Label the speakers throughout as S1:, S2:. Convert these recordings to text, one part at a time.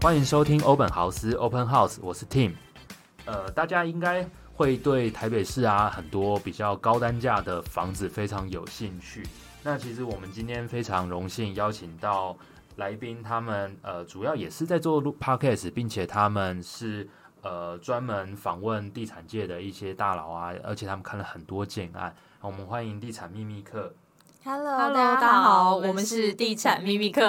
S1: 欢迎收听欧本豪斯 Open House，我是 Tim。呃，大家应该会对台北市啊很多比较高单价的房子非常有兴趣。那其实我们今天非常荣幸邀请到来宾，他们呃主要也是在做录 podcast，并且他们是呃专门访问地产界的一些大佬啊，而且他们看了很多建案。我们欢迎地产秘密课。
S2: Hello，
S3: Hello，
S2: 大
S3: 大家好，
S2: 我
S3: 我们是地产秘密课，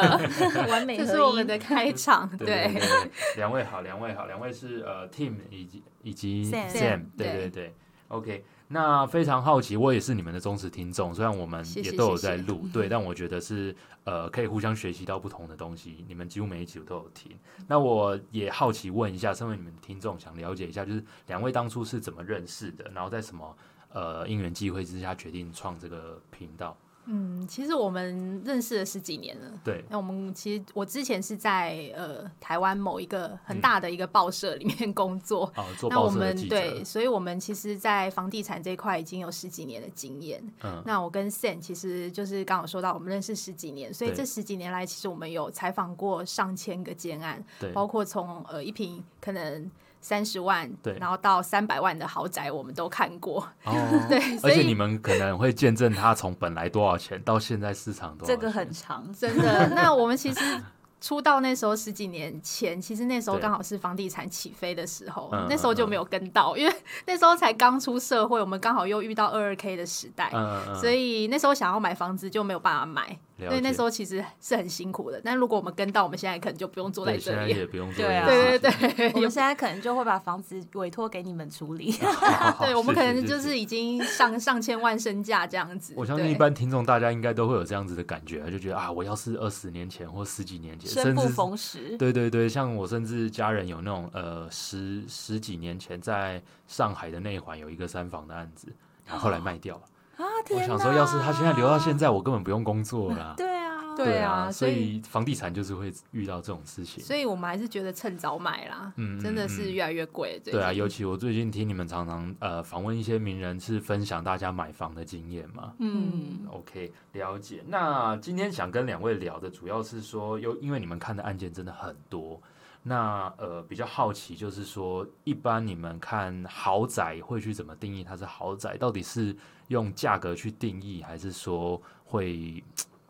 S2: 完美合
S3: 这
S2: 一，
S3: 是我们的开场。
S1: 对
S3: 对，
S1: 对，两位好，两位好，两位是呃 Tim 以及以及
S2: Sam
S1: 对
S3: 对
S1: 对对，OK。那非常好奇，我也是你们的忠实听众，虽然我们
S3: 谢
S1: 也
S3: 谢
S1: 都有
S3: 谢
S1: 在
S3: 谢
S1: 录， 对，但我觉得是呃可以互相学习到不同的东西。你们几乎每一集我都有听，那我也好奇问一下，身为你们的听众，想了解一下，就是两位当初是怎么认识的，然后在什么呃因缘际会之下决定创这个频道？
S3: 嗯，其实我们认识了十几年了。
S1: 对，
S3: 那我们其实我之前是在呃台湾某一个很大的一个报社里面工作，
S1: 哦、嗯 做
S3: 那
S1: 报
S3: 我
S1: 社的
S3: 们
S1: 记者，
S3: 对，所以我们其实，在房地产这一块已经有十几年的经验。
S1: 嗯，
S3: 那我跟 Sam 其实就是刚有说到，我们认识十几年，所以
S1: 对
S3: 这十几年来，其实我们有采访过上千个建案，
S1: 对，
S3: 包括从呃一平可能三十万，
S1: 对
S3: 然后到三百万的豪宅，我们都看过。
S1: 哦，
S3: 对，所
S1: 而且你
S3: 以
S1: 们可能会见证它从本来多少钱到现在市场多少钱，
S2: 这个很 长，
S3: 真的，那我们其实。出道那时候十几年前，其实那时候
S1: 对
S3: 刚好是房地产起飞的时候
S1: 嗯，
S3: 那时候就没有跟到，因为那时候才刚出社会，我们刚好又遇到二二 K 的时代，
S1: 嗯，嗯嗯，
S3: 所以那时候想要买房子就没有办法买，
S1: 了
S3: 所以那
S1: 解
S3: 时候其实是很辛苦的。但如果我们跟到，我们现在可能就不用坐在
S1: 对现
S3: 这
S1: 在
S3: 里。
S1: 也不用做
S2: 对啊
S3: 对对
S1: 对
S3: 对，
S2: 我们现在可能就会把房子委托给你们处理。
S1: 啊
S3: 对，我们可能就是已经上上千万身价这样子。
S1: 我相信一
S3: 对
S1: 般听众大家应该都会有这样子的感觉，就觉得啊，我要是二十年前或十几年前，
S2: 生
S1: 甚
S2: 不
S1: 至
S2: 逢时，
S1: 对对对，像我甚至家人有那种呃十十几年前在上海的内环有一个三房的案子，然
S3: 哦
S1: 后后来卖掉了。
S2: 啊！
S1: 我
S2: 天
S1: 想说，要是他现在留到现
S2: 在，
S1: 在，我根本不用工作了。
S2: 对啊，
S3: 对
S1: 对
S3: 啊
S1: 所
S3: 所以
S1: 以房地产就是会遇到这种事情。
S3: 所以我们还是觉得趁早买啦，
S1: 嗯
S3: 真的
S1: 嗯
S3: 是
S1: 嗯
S3: 越来越贵。最
S1: 对啊，
S3: 近
S1: 尤其我最近听你们常常呃访问一些名人，是分享大家买房的经验嘛。
S2: 嗯，
S1: OK，了解。那今天想跟两位聊的主要是说，有因为你们看的案件真的很多，那呃比较好奇就是说，一般你们看豪宅会去怎么定义它是豪宅？到底是用价格去定义，还是说会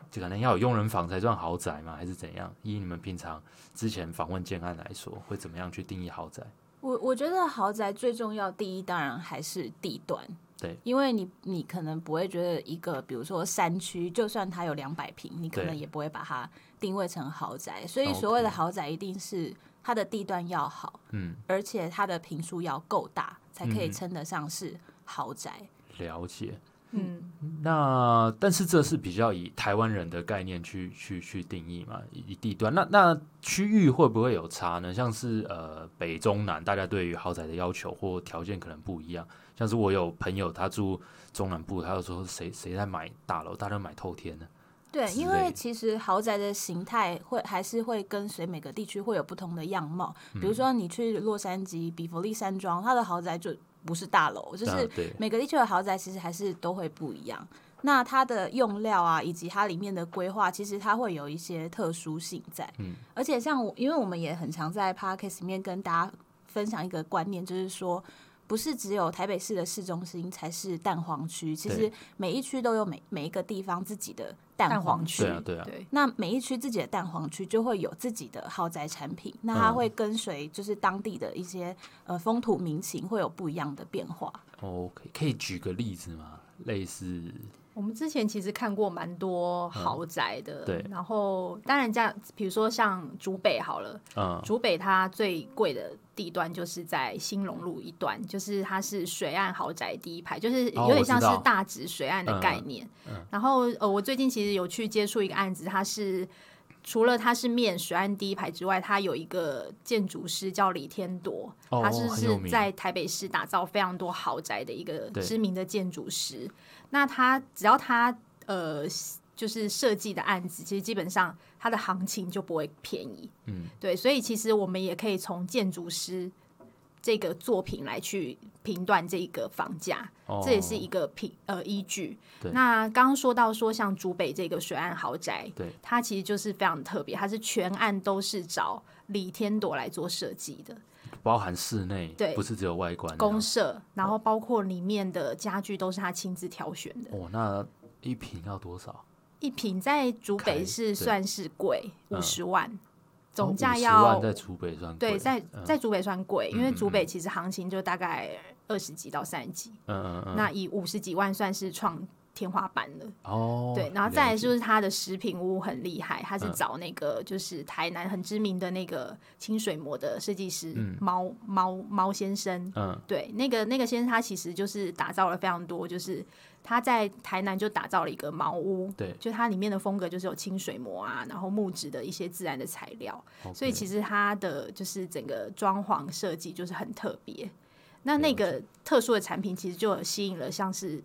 S1: 就可能要有佣人房才算豪宅吗？还是怎样？以你们平常之前访问建案来说，会怎么样去定义豪宅？
S2: 我我觉得豪宅最重要，第一当然还是地段。
S1: 对，
S2: 因为你你可能不会觉得一个，比如说山区，就算它有两百平，你可
S1: 对哦
S2: 能也不会把它定位成豪宅。所以
S1: OK
S2: 所谓的豪宅，一定是它的地段要好，
S1: 嗯，
S2: 而且它的平数要够大，才可以
S1: 嗯
S2: 称得上是豪宅。
S1: 了解。
S3: 嗯，
S1: 那但是这是比较以台湾人的概念去去去定义嘛，以以地段。那那区域会不会有差呢？像是呃北中南，大家对于豪宅的要求或条件可能不一样。像是我有朋友他住中南部，他就说谁谁在买大楼，大家都买透天呢？
S2: 对，
S1: 之
S2: 因
S1: 类的
S2: 为其实豪宅的形态会还是会跟随每个地区会有不同的样貌。
S1: 嗯
S2: 比如说你去洛杉矶比佛利山庄，它的豪宅就不是大楼，就
S1: 啊
S2: 是
S1: 对
S2: 每个地区的豪宅其实还是都会不一样。那它的用料啊，以及它里面的规划，其实它会有一些特殊性在。
S1: 嗯，
S2: 而且像我，因为我们也很常在 podcast 里面跟大家分享一个观念，就是说，不是只有台北市的市中心才是蛋黄区，其实
S1: 对
S2: 每一区都有每每一个地方自己的蛋黄区。
S1: 对啊对啊，
S3: 对，
S2: 那每一区自己的蛋黄区就会有自己的豪宅产品，那它
S1: 嗯
S2: 会跟随就是当地的一些呃风土民情会有不一样的变化。
S1: 哦，可以可以举个例子吗？类似
S3: 我们之前其实看过蛮多豪宅的，
S1: 嗯对
S3: 然后当然这样，比如说像竹北好了，
S1: 嗯
S3: 竹北它最贵的地段就是在兴隆路一段，就是它是水岸豪宅第一排，就是
S1: 哦
S3: 有点像
S1: 我知道嗯
S3: 是大直水岸的概念。然后呃，我最近其实有去接触一个案子，它是除了它是面水岸第一排之外，它有一个建筑师叫李天铎，
S1: 哦
S3: 他是
S1: 很有
S3: 是
S1: 名
S3: 在台北市打造非常多豪宅的一个
S1: 对
S3: 知名的建筑师。那他只要他呃。就是设计的案子，其实基本上它的行情就不会便宜，
S1: 嗯，
S3: 对，所以其实我们也可以从建筑师这个作品来去评断这一个房价，
S1: 哦
S3: 这也是一个评呃依据
S1: 对。
S3: 那刚刚说到说像竹北这个水岸豪宅，
S1: 对
S3: 它其实就是非常特别，它是全案都是找李天朵来做设计的
S1: 包含室内，
S3: 对
S1: 不是只有外观。
S3: 公社，
S1: 啊
S3: 然后包括里面的家具都是他亲自挑选的。
S1: 哦，那一瓶要多少？
S3: 一瓶在竹
S1: 开
S3: 北
S1: 对
S3: 是算是贵，
S1: 嗯
S3: 五十万，总价
S1: 哦十
S3: 要
S1: 万在竹北算贵。
S3: 对，在
S1: 嗯
S3: 在竹北算贵，因为
S1: 嗯
S3: 竹
S1: 嗯
S3: 北其实行情就大概二十几到三十几，
S1: 嗯嗯嗯，
S3: 那以五十几万算是创天花板了。
S1: 哦，
S3: 对，然后再来
S1: 了解
S3: 就是它的食品屋很厉害，它是
S1: 嗯
S3: 找那个就是台南很知名的那个清水模的设计师
S1: 嗯
S3: 猫猫猫先生。
S1: 嗯
S3: 对，那个那个先生他其实就是打造了非常多，就是他在台南就打造了一个茅屋，
S1: 对，
S3: 就它里面的风格就是有清水模啊，然后木质的一些自然的材料，所以其
S1: 实
S3: 实它的就是整个装潢设计就是很特别。那那个特殊的产品其实就有吸引了像是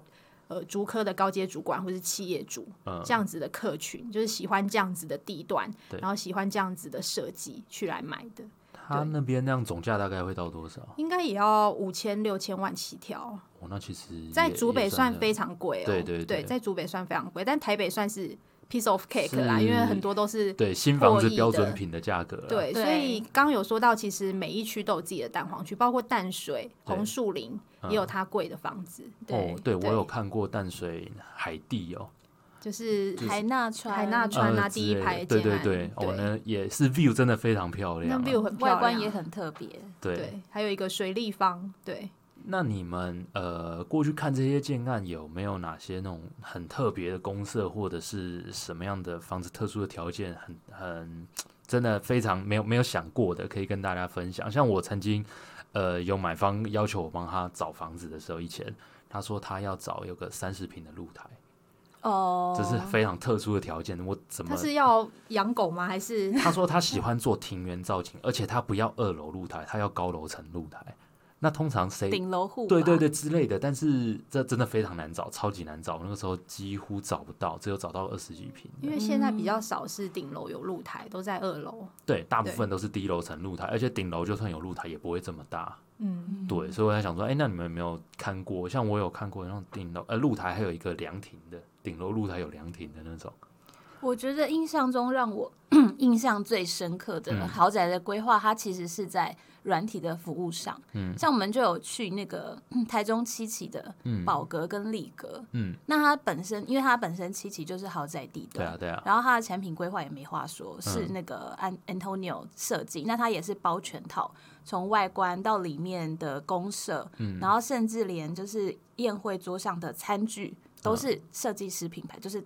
S3: 呃竹科的高阶主管或是企业主
S1: 嗯
S3: 这样子的客群，就是喜欢这样子的地段，
S1: 对
S3: 然后喜欢这样子的设计去来买的，
S1: 他那边那样总价大概会到多少？
S3: 应该也要五千六千万起跳。
S1: 哦，那其实
S3: 在
S1: 也
S3: 竹北
S1: 也
S3: 算
S1: 是
S3: 非常贵哦、
S1: 对对对
S3: 在竹北算非常贵，但台北算是 piece of cake 啦，因为
S1: 是
S3: 很多都是
S1: 对新房子
S3: 过亿
S1: 标准
S3: 的
S1: 品的价格啦。
S3: 对，
S2: 对
S3: 所以刚有说到，其实每一区都有自己的蛋黄区，包括淡水、
S1: 对嗯
S3: 红树林也有它贵的房子，
S1: 哦，对我
S3: 对
S1: 有看过淡水海地哦，
S3: 就是
S2: 海纳川，
S3: 海纳川啊
S1: 呃
S3: 第一
S1: 之类
S3: 排
S1: 的对
S3: 的建
S1: 对
S3: 案
S1: 对，哦，
S3: 对
S1: 那也是 view 真的非常漂
S3: 那
S1: 亮啊。
S3: view 很漂
S2: 外
S3: 亮，
S2: 观也很特别。
S1: 对，
S3: 对，还有一个水立方，对，
S1: 那你们呃过去看这些建案，有没有哪些那种很特别的公社，或者是什么样的房子特殊的条件，很很真的非常没有没有想过的，可以跟大家分享？像我曾经呃有买方要求我帮他找房子的时候，以前他说他要找有个三十平的露台，
S2: 哦，
S1: 这是非常特殊的条件，我怎么
S3: 它？是要养狗吗？还是
S1: 他说他喜欢做庭园造景，而且他不要二楼露台，他要高楼层露台。那通常谁
S2: 顶楼户，
S1: 对对，对之类的，但是这真的非常难找，超级难找。我那个时候几乎找不到，只有找到二十几平的。
S3: 因为现在比
S2: 嗯
S3: 较少是顶楼有露台，都在二楼，
S1: 对，大部分都是低楼层露台，而且顶楼就算有露台也不会这么大。
S3: 嗯，
S1: 对，所以我在想说，哎、那你们有没有看过？像我有看过那种顶楼呃露台，还有一个凉亭的，顶楼露台有凉亭的那种。
S2: 我觉得印象中让我 印象最深刻
S1: 嗯
S2: 的豪宅的规划，它其实是在软体的服务上。嗯，像我们就有去那个 嗯台中七期的宝格跟力格，
S1: 嗯，
S2: 那它本身因为它本身七期就是豪宅地
S1: 对
S2: 段，
S1: 啊，对啊，
S2: 然后它的产品规划也没话说，
S1: 嗯
S2: 是那个安 Antonio 设计，那它也是包全套，从外观到里面的公社，
S1: 嗯
S2: 然后甚至连就是宴会桌上的餐具都是设计师品牌，就是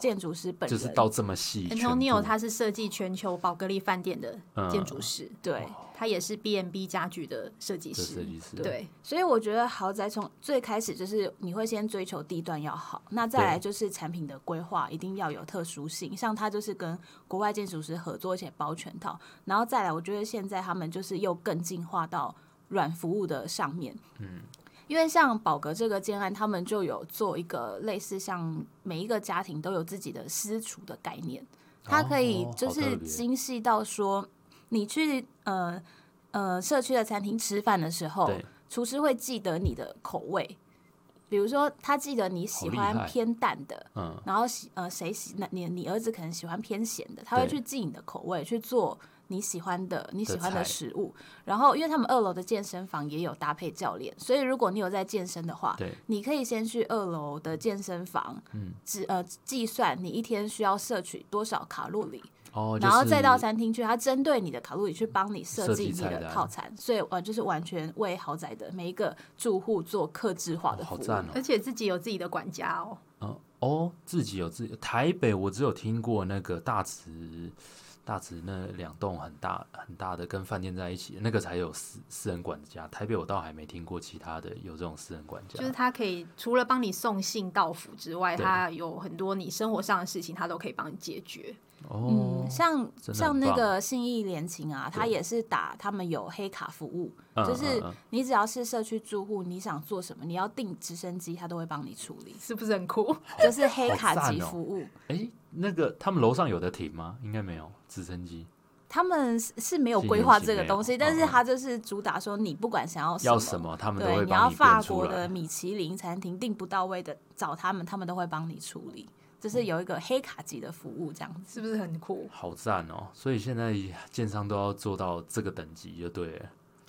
S2: 建筑师本
S1: 嗯就
S2: 人。
S1: 是到这么细。
S3: Antonio
S1: 全部
S3: 他是设计全球宝格丽饭店的
S1: 嗯
S3: 建筑师，
S2: 对，
S3: 他也是 B&B 家具的设计
S1: 这设
S3: 师，
S1: 计师，
S3: 对，
S2: 所以我觉得豪宅从最开始就是你会先追求地段要好，那再来就是产品的规划一定要有特殊性，像它就是跟国外建筑师合作，而且包全套，然后再来，我觉得现在他们就是又更进化到软服务的上面，嗯。因为像宝格这个建案，他们就有做一个类似像每一个家庭都有自己的私厨的概念，它可以
S1: 哦
S2: 就
S1: 好特
S2: 是
S1: 别
S2: 精细到说，你去呃呃社区的餐厅吃饭的时候，
S1: 对，
S2: 厨师会记得你的口味，比如说他记得你喜
S1: 好厉害
S2: 欢偏淡的，
S1: 嗯，
S2: 然后喜呃谁喜那你你儿子可能喜欢偏咸的，他会
S1: 对
S2: 去记你的口味去做。你喜欢的你喜欢
S1: 菜
S2: 的食物，然后因为他们二楼的健身房也有搭配教练，所以如果你有在健身的话，
S1: 对，
S2: 你可以先去二楼的健身房，嗯，计呃计算你一天需要摄取多少卡路里，
S1: 哦，
S2: 然后再到
S1: 就是
S2: 餐厅去，它针对你的卡路里去帮你
S1: 设
S2: 设计
S1: 计
S2: 你
S1: 菜
S2: 的
S1: 单
S2: 套餐，所以呃，就是完全为豪宅的每一个住户做客制化
S1: 哦
S2: 的服
S1: 好
S2: 务。
S1: 赞哦
S3: 而且自己有自己的管家哦，
S1: 嗯哦，自己有自己。台北我只有听过那个大直，大直那两栋很大很大的跟饭店在一起，那个才有私私人管家。台北我倒还没听过其他的有这种私人管家。
S3: 就是他可以除了帮你送信到府之外，
S1: 啊对
S3: 他有很多你生活上的事情，他都可以帮你解决。
S1: 哦
S2: 嗯，，像
S1: 真的
S2: 像
S1: 很
S2: 那
S1: 棒
S2: 个信义联勤啊，它
S1: 对
S2: 也是打他们有黑卡服务，
S1: 嗯
S2: 就是
S1: 嗯嗯
S2: 你只要是社区住户，你想做什么，你要订直升机，它都会帮你处理，
S3: 是不是很 酷？
S2: 就是黑
S1: 好
S2: 卡
S1: 赞
S2: 级
S1: 哦
S2: 服务。
S1: 哎、那个他们楼上有的停吗？应该没有直升机，
S2: 他们是是没有
S1: 信义
S2: 规
S1: 联
S2: 划
S1: 勤
S2: 这个
S1: 没有
S2: 东西，但
S1: 嗯
S2: 是
S1: 嗯
S2: 它就是主打说你不管想要
S1: 要什么他们都
S2: 对，
S1: 会
S2: 你要
S1: 帮
S2: 法
S1: 变出
S2: 国
S1: 来
S2: 的。米其林餐厅订不到位的，找他们，他们都会帮你处理。
S1: 嗯
S2: 就是有一个黑卡级的服务这样子。
S3: 是不是很酷？
S1: 好赞哦！所以现在建商都要做到这个等级就对了，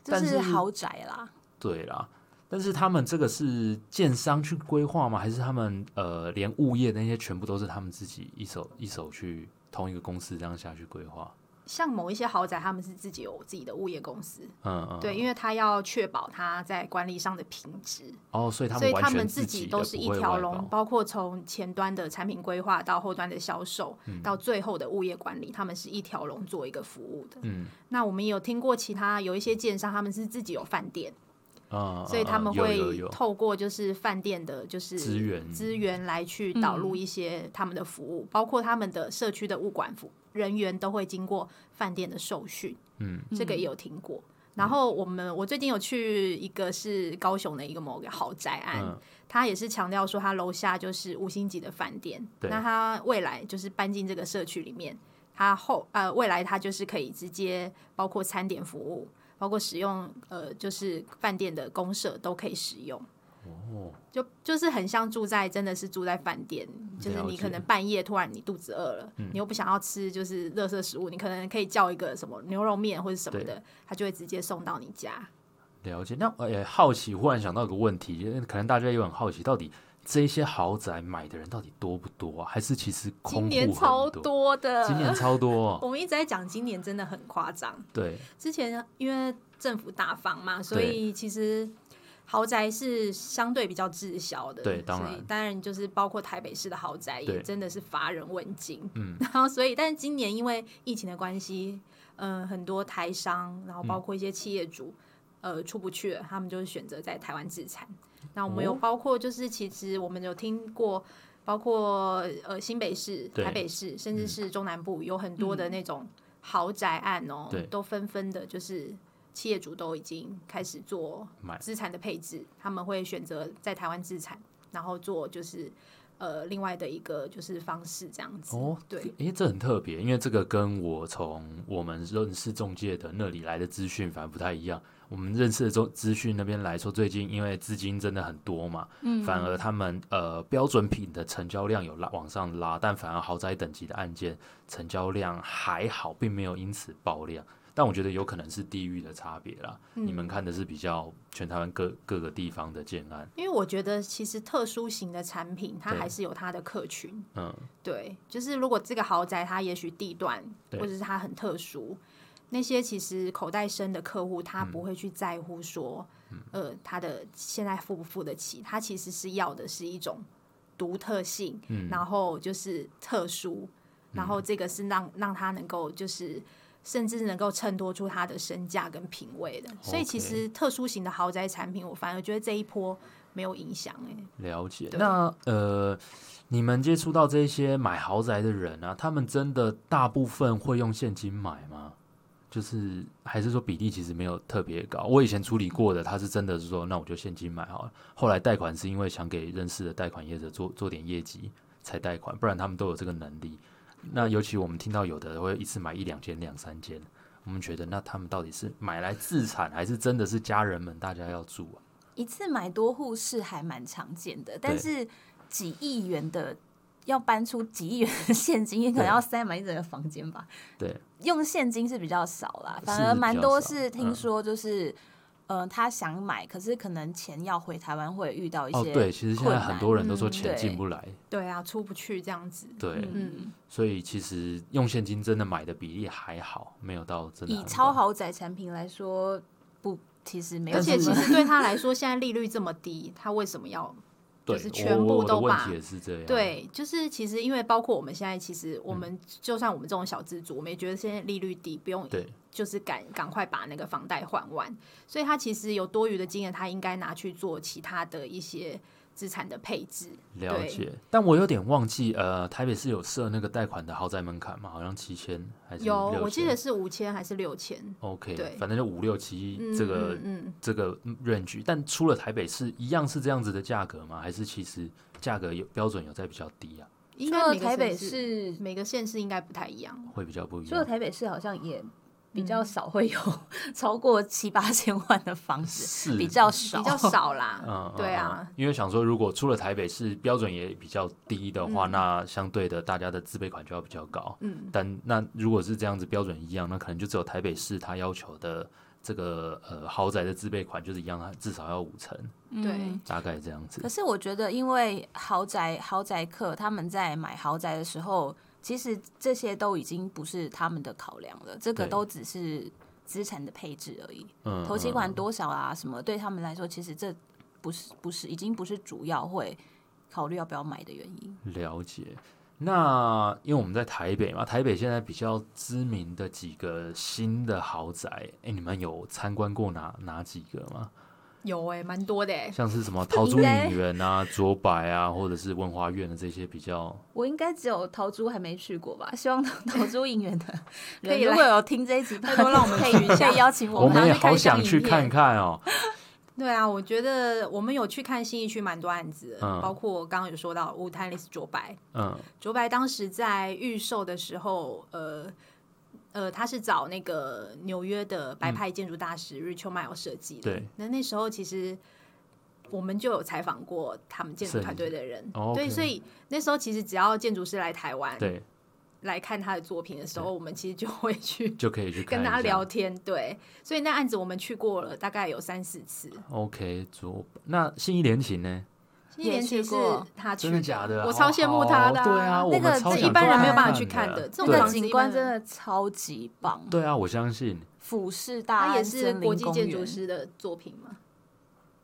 S2: 就
S1: 但是
S2: 是豪宅啦，
S1: 对啦。但是他们这个是建商去规划吗？还是他们呃连物业那些全部都是他们自己一手一手去同一个公司这样下去规划？
S3: 像某一些豪宅，他们是自己有自己的物业公司，
S1: 嗯嗯，
S3: 对，因为他要确保他在管理上的品质，
S1: 哦，所以他
S3: 所
S1: 们
S3: 以
S1: 完
S3: 他
S1: 全
S3: 们
S1: 自
S3: 己
S1: 的
S3: 都是一
S1: 不会
S3: 条
S1: 外
S3: 龙
S1: 包，
S3: 包括从前端的产品规划到后端的销售，
S1: 嗯
S3: 到最后的物业管理，他们是一条龙做一个服务的。
S1: 嗯
S3: 那我们也有听过其他有一些建商，他们是自己有饭店，
S1: 嗯，
S3: 所以他
S1: 嗯
S3: 们
S1: 有有
S3: 会
S1: 有
S3: 透过就是饭店的，就是
S1: 资源
S3: 资源来去导入一些他们的服务，包括他们的社区的物管服人员都会经过饭店的受训，
S1: 嗯，
S3: 这个也有听过。然后我们我最近有去一个是高雄的一个某个豪宅案，
S1: 嗯
S3: 他也是强调说他楼下就是五星级的饭店，
S1: 对
S3: 那他未来就是搬进这个社区里面，他后呃未来他就是可以直接包括餐点服务，包括使用呃就是饭店的公社都可以使用。
S1: 哦，
S3: 就就是很像住在真的是住在饭店，就是
S1: 了
S3: 你
S1: 解嗯
S3: 可能半夜突然你肚子饿了，你又不想要吃就是热色食物，你可能可以叫一个什么牛肉面或者什么的，他就会直接送到你家。
S1: 了解。那呃，好奇，忽然想到一个问题，因为可能大家也很好奇，到底这些豪宅买的人到底多不多啊？还是其实空户
S3: 今年
S1: 很
S3: 超
S1: 多，
S3: 多的，
S1: 今年超多哦，
S3: 我们一直在讲今年真的很夸张。
S1: 对，
S3: 之前因为政府打房嘛，所以其实豪宅是相对比较滞销的。
S1: 对当然
S3: 所以当然就是包括台北市的豪宅
S1: 对
S3: 也真的是乏人问津。
S1: 嗯，
S3: 然后所以，但是今年因为疫情的关系，嗯、很多台商，然后
S1: 嗯
S3: 包括一些企业主，呃，出不去了，他们就是选择在台湾自产。那我们有
S1: 哦
S3: 包括就是其实我们有听过。包括呃新北市、
S1: 对嗯
S3: 台北市，甚至是中南部，有很多的那种豪宅案哦，
S1: 对
S3: 都纷纷的，就是企业主都已经开始做
S1: 买
S3: 资产的配置，他们会选择在台湾自产，然后做就是呃另外的一个就是方式这样子。
S1: 哦，
S3: 对，
S1: 诶，这很特别，因为这个跟我从我们认识中介的那里来的资讯反而不太一样。我们认识的中资讯那边来说，最近因为资金真的很多嘛，嗯，反而他们呃标准品的成交量有拉往上拉，但反而豪宅等级的案件成交量还好，并没有因此爆量。但我觉得有可能是地域的差别啦，
S3: 嗯
S1: 你们看的是比较全台湾各各个地方的建案，
S3: 因为我觉得其实特殊型的产品，它
S1: 对
S3: 还是有它的客群。
S1: 嗯，
S3: 对，就是如果这个豪宅它也许地段
S1: 对
S3: 或者是它很特殊，那些其实口袋深的客户他
S1: 嗯
S3: 不会去在乎说，呃，他的现在付不付得起，他其实是要的是一种独特性，
S1: 嗯
S3: 然后就是特殊，然后这个是让让他能够就是。甚至能够衬托出他的身价跟品味的，所以其
S1: OK
S3: 实特殊型的豪宅产品，我反而觉得这一波没有影响哎、
S1: 了解。
S3: 对
S1: 那呃，你们接触到这些买豪宅的人啊，他们真的大部分会用现金买吗？就是还是说比例其实没有特别高？我以前处理过的，他是真的是说，那我就现金买好了。后来贷款是因为想给认识的贷款业者做做点业绩才贷款，不然他们都有这个能力。那尤其我们听到有的会一次买一两间、两三间，我们觉得那他们到底是买来自产，还是真的是家人们大家要住啊？
S2: 一次买多户是还蛮常见的，但是几亿元的要搬出几亿元的现金，也可能要塞满一整个房间吧。
S1: 对，
S2: 用现金是比较少啦，
S1: 是
S2: 反而蛮多
S1: 比较少嗯
S2: 是听说就是。呃，他想买，可是可能钱要回台湾会遇到一
S1: 哦
S2: 些，
S1: 对，其实现在
S2: 困
S1: 很
S2: 难
S1: 多人都说
S3: 嗯
S1: 钱进不来，
S3: 对啊，出不去这样子。
S1: 对，
S3: 嗯，
S1: 所以其实用现金真的买的比例还好，没有到真的
S2: 以
S1: 很
S2: 超
S1: 高，
S2: 豪宅产品来说，不，其实没有
S3: 而
S1: 但
S2: 什么，
S1: 是
S3: 且 其实对他来说，现在利率这么低，他为什么要？
S1: 对，
S3: 就是
S1: 我
S3: 全
S1: 我
S3: 部
S1: 我的
S3: 都
S1: 问
S3: 把
S1: 题也是这样，，
S3: 对，就是其实因为包括我们现在，其实
S1: 嗯
S3: 我们就算我们这种小资族，我们也觉得现在利率低，不用
S1: 对
S3: 就是赶赶快把那个房贷还完，所以他其实有多余的金额，他应该拿去做其他的一些资产的配置。
S1: 了
S3: 对
S1: 解。但我有点忘记，呃，台北市有设那个贷款的豪宅门槛嘛？好像七千还是
S3: 有，
S1: 6000
S3: 我记得是五千还是六千？
S1: OK，
S3: 对
S1: 反正就五六七
S3: 嗯
S1: 这个、
S3: 嗯嗯，
S1: 这个 range，但出了台北市一样是这样子的价格吗？还是其实价格有标准有在比较低啊，
S3: 应
S2: 除了
S3: 该每个
S2: 台北
S3: 城市嗯
S2: 市，
S3: 每个县市应该不太一样。
S1: 会比较不一
S2: 除了
S1: 样？
S2: 台北市好像也比较少会有 超过七八千万的房子，
S1: 是
S2: 比较少，
S3: 比较少啦。
S1: 嗯，嗯
S3: 对啊
S1: 嗯，因为想说，如果出了台北市标准也比较低的
S2: 嗯
S1: 话，那相对的大家的自备款就要比较高。
S3: 嗯，
S1: 但那如果是这样子标准一样，那可能就只有台北市它要求的这个呃豪宅的自备款就是一样，它至少要五成，
S3: 对
S2: 嗯。
S1: 大概这样子
S2: 可。是我觉得，因为豪宅豪宅客他们在买豪宅的时候，其实这些都已经不是他们的考量了，这个
S1: 对
S2: 都只是资产的配置而已。
S1: 嗯，
S2: 投期
S1: 嗯
S2: 款多少啊，什么对他们来说，其实这不是不是已经不是主要会考虑要不要买的原因。
S1: 了解。那因为我们在台北嘛，台北现在比较知名的几个新的豪宅，哎、你们有参观过哪哪几个吗？
S3: 有哎、蛮多的 哎、
S1: 像是什么桃
S2: 应
S1: 竹
S2: 该
S1: 影园啊、卓白啊，或者是文华院的这些比较
S2: 我应该只有桃珠还没去过吧？希望桃珠应 援的
S3: 可
S2: 人
S3: 以
S2: 如
S3: 来
S2: 果有听这一集，拜
S3: 托让我们
S2: 可以
S3: 去一下
S2: 可以邀请
S1: 我
S2: 们。
S1: 们也
S3: 要去看
S1: 好
S3: 一张
S1: 想
S3: 影
S1: 去
S3: 片
S1: 看看哦。
S3: 对啊，我觉得我们有去看新一区蛮多案子的，
S1: 嗯
S3: 包括刚刚有说到五探丽斯卓白，
S1: 嗯，
S3: 卓白当时在预售的时候，呃呃，他是找那个纽约的白派建筑大师日秋迈尔设计
S1: 嗯
S3: 的。
S1: 对，
S3: 那那时候其实我们就有采访过他们建筑
S1: 是
S3: 团队的人，
S1: 哦
S3: 对，
S1: ，OK
S3: 所以那时候其实只要建筑师来台湾
S1: 对，
S3: 来看他的作品的时候，我们其实就会去
S1: 就可以去看
S3: 跟
S1: 一
S3: 他
S1: 下
S3: 聊天。对，所以那案子我们去过了，大概有三四次。
S1: OK，卓那信义联勤呢？
S3: 新一
S2: 也
S3: 年其
S2: 去
S3: 实
S2: 过
S3: 他啊去
S1: 真的假的？
S3: 我
S1: 好
S3: 超羡慕他的、
S1: 好对啊，我
S2: 那个
S1: 们超
S2: 这
S1: 想
S2: 一般
S1: 去
S2: 人没有办
S3: 法去看
S1: 的
S3: 的，这
S1: 对
S2: 那
S3: 种
S2: 个
S3: 房子
S2: 景
S3: 一
S2: 观
S3: 般
S2: 真的超级棒，
S1: 对啊，我相信，
S2: 俯视大
S3: 他也
S2: 安
S3: 是
S2: 森
S3: 国
S2: 林
S3: 际
S2: 公
S3: 建筑
S2: 园，
S3: 师的作品嘛。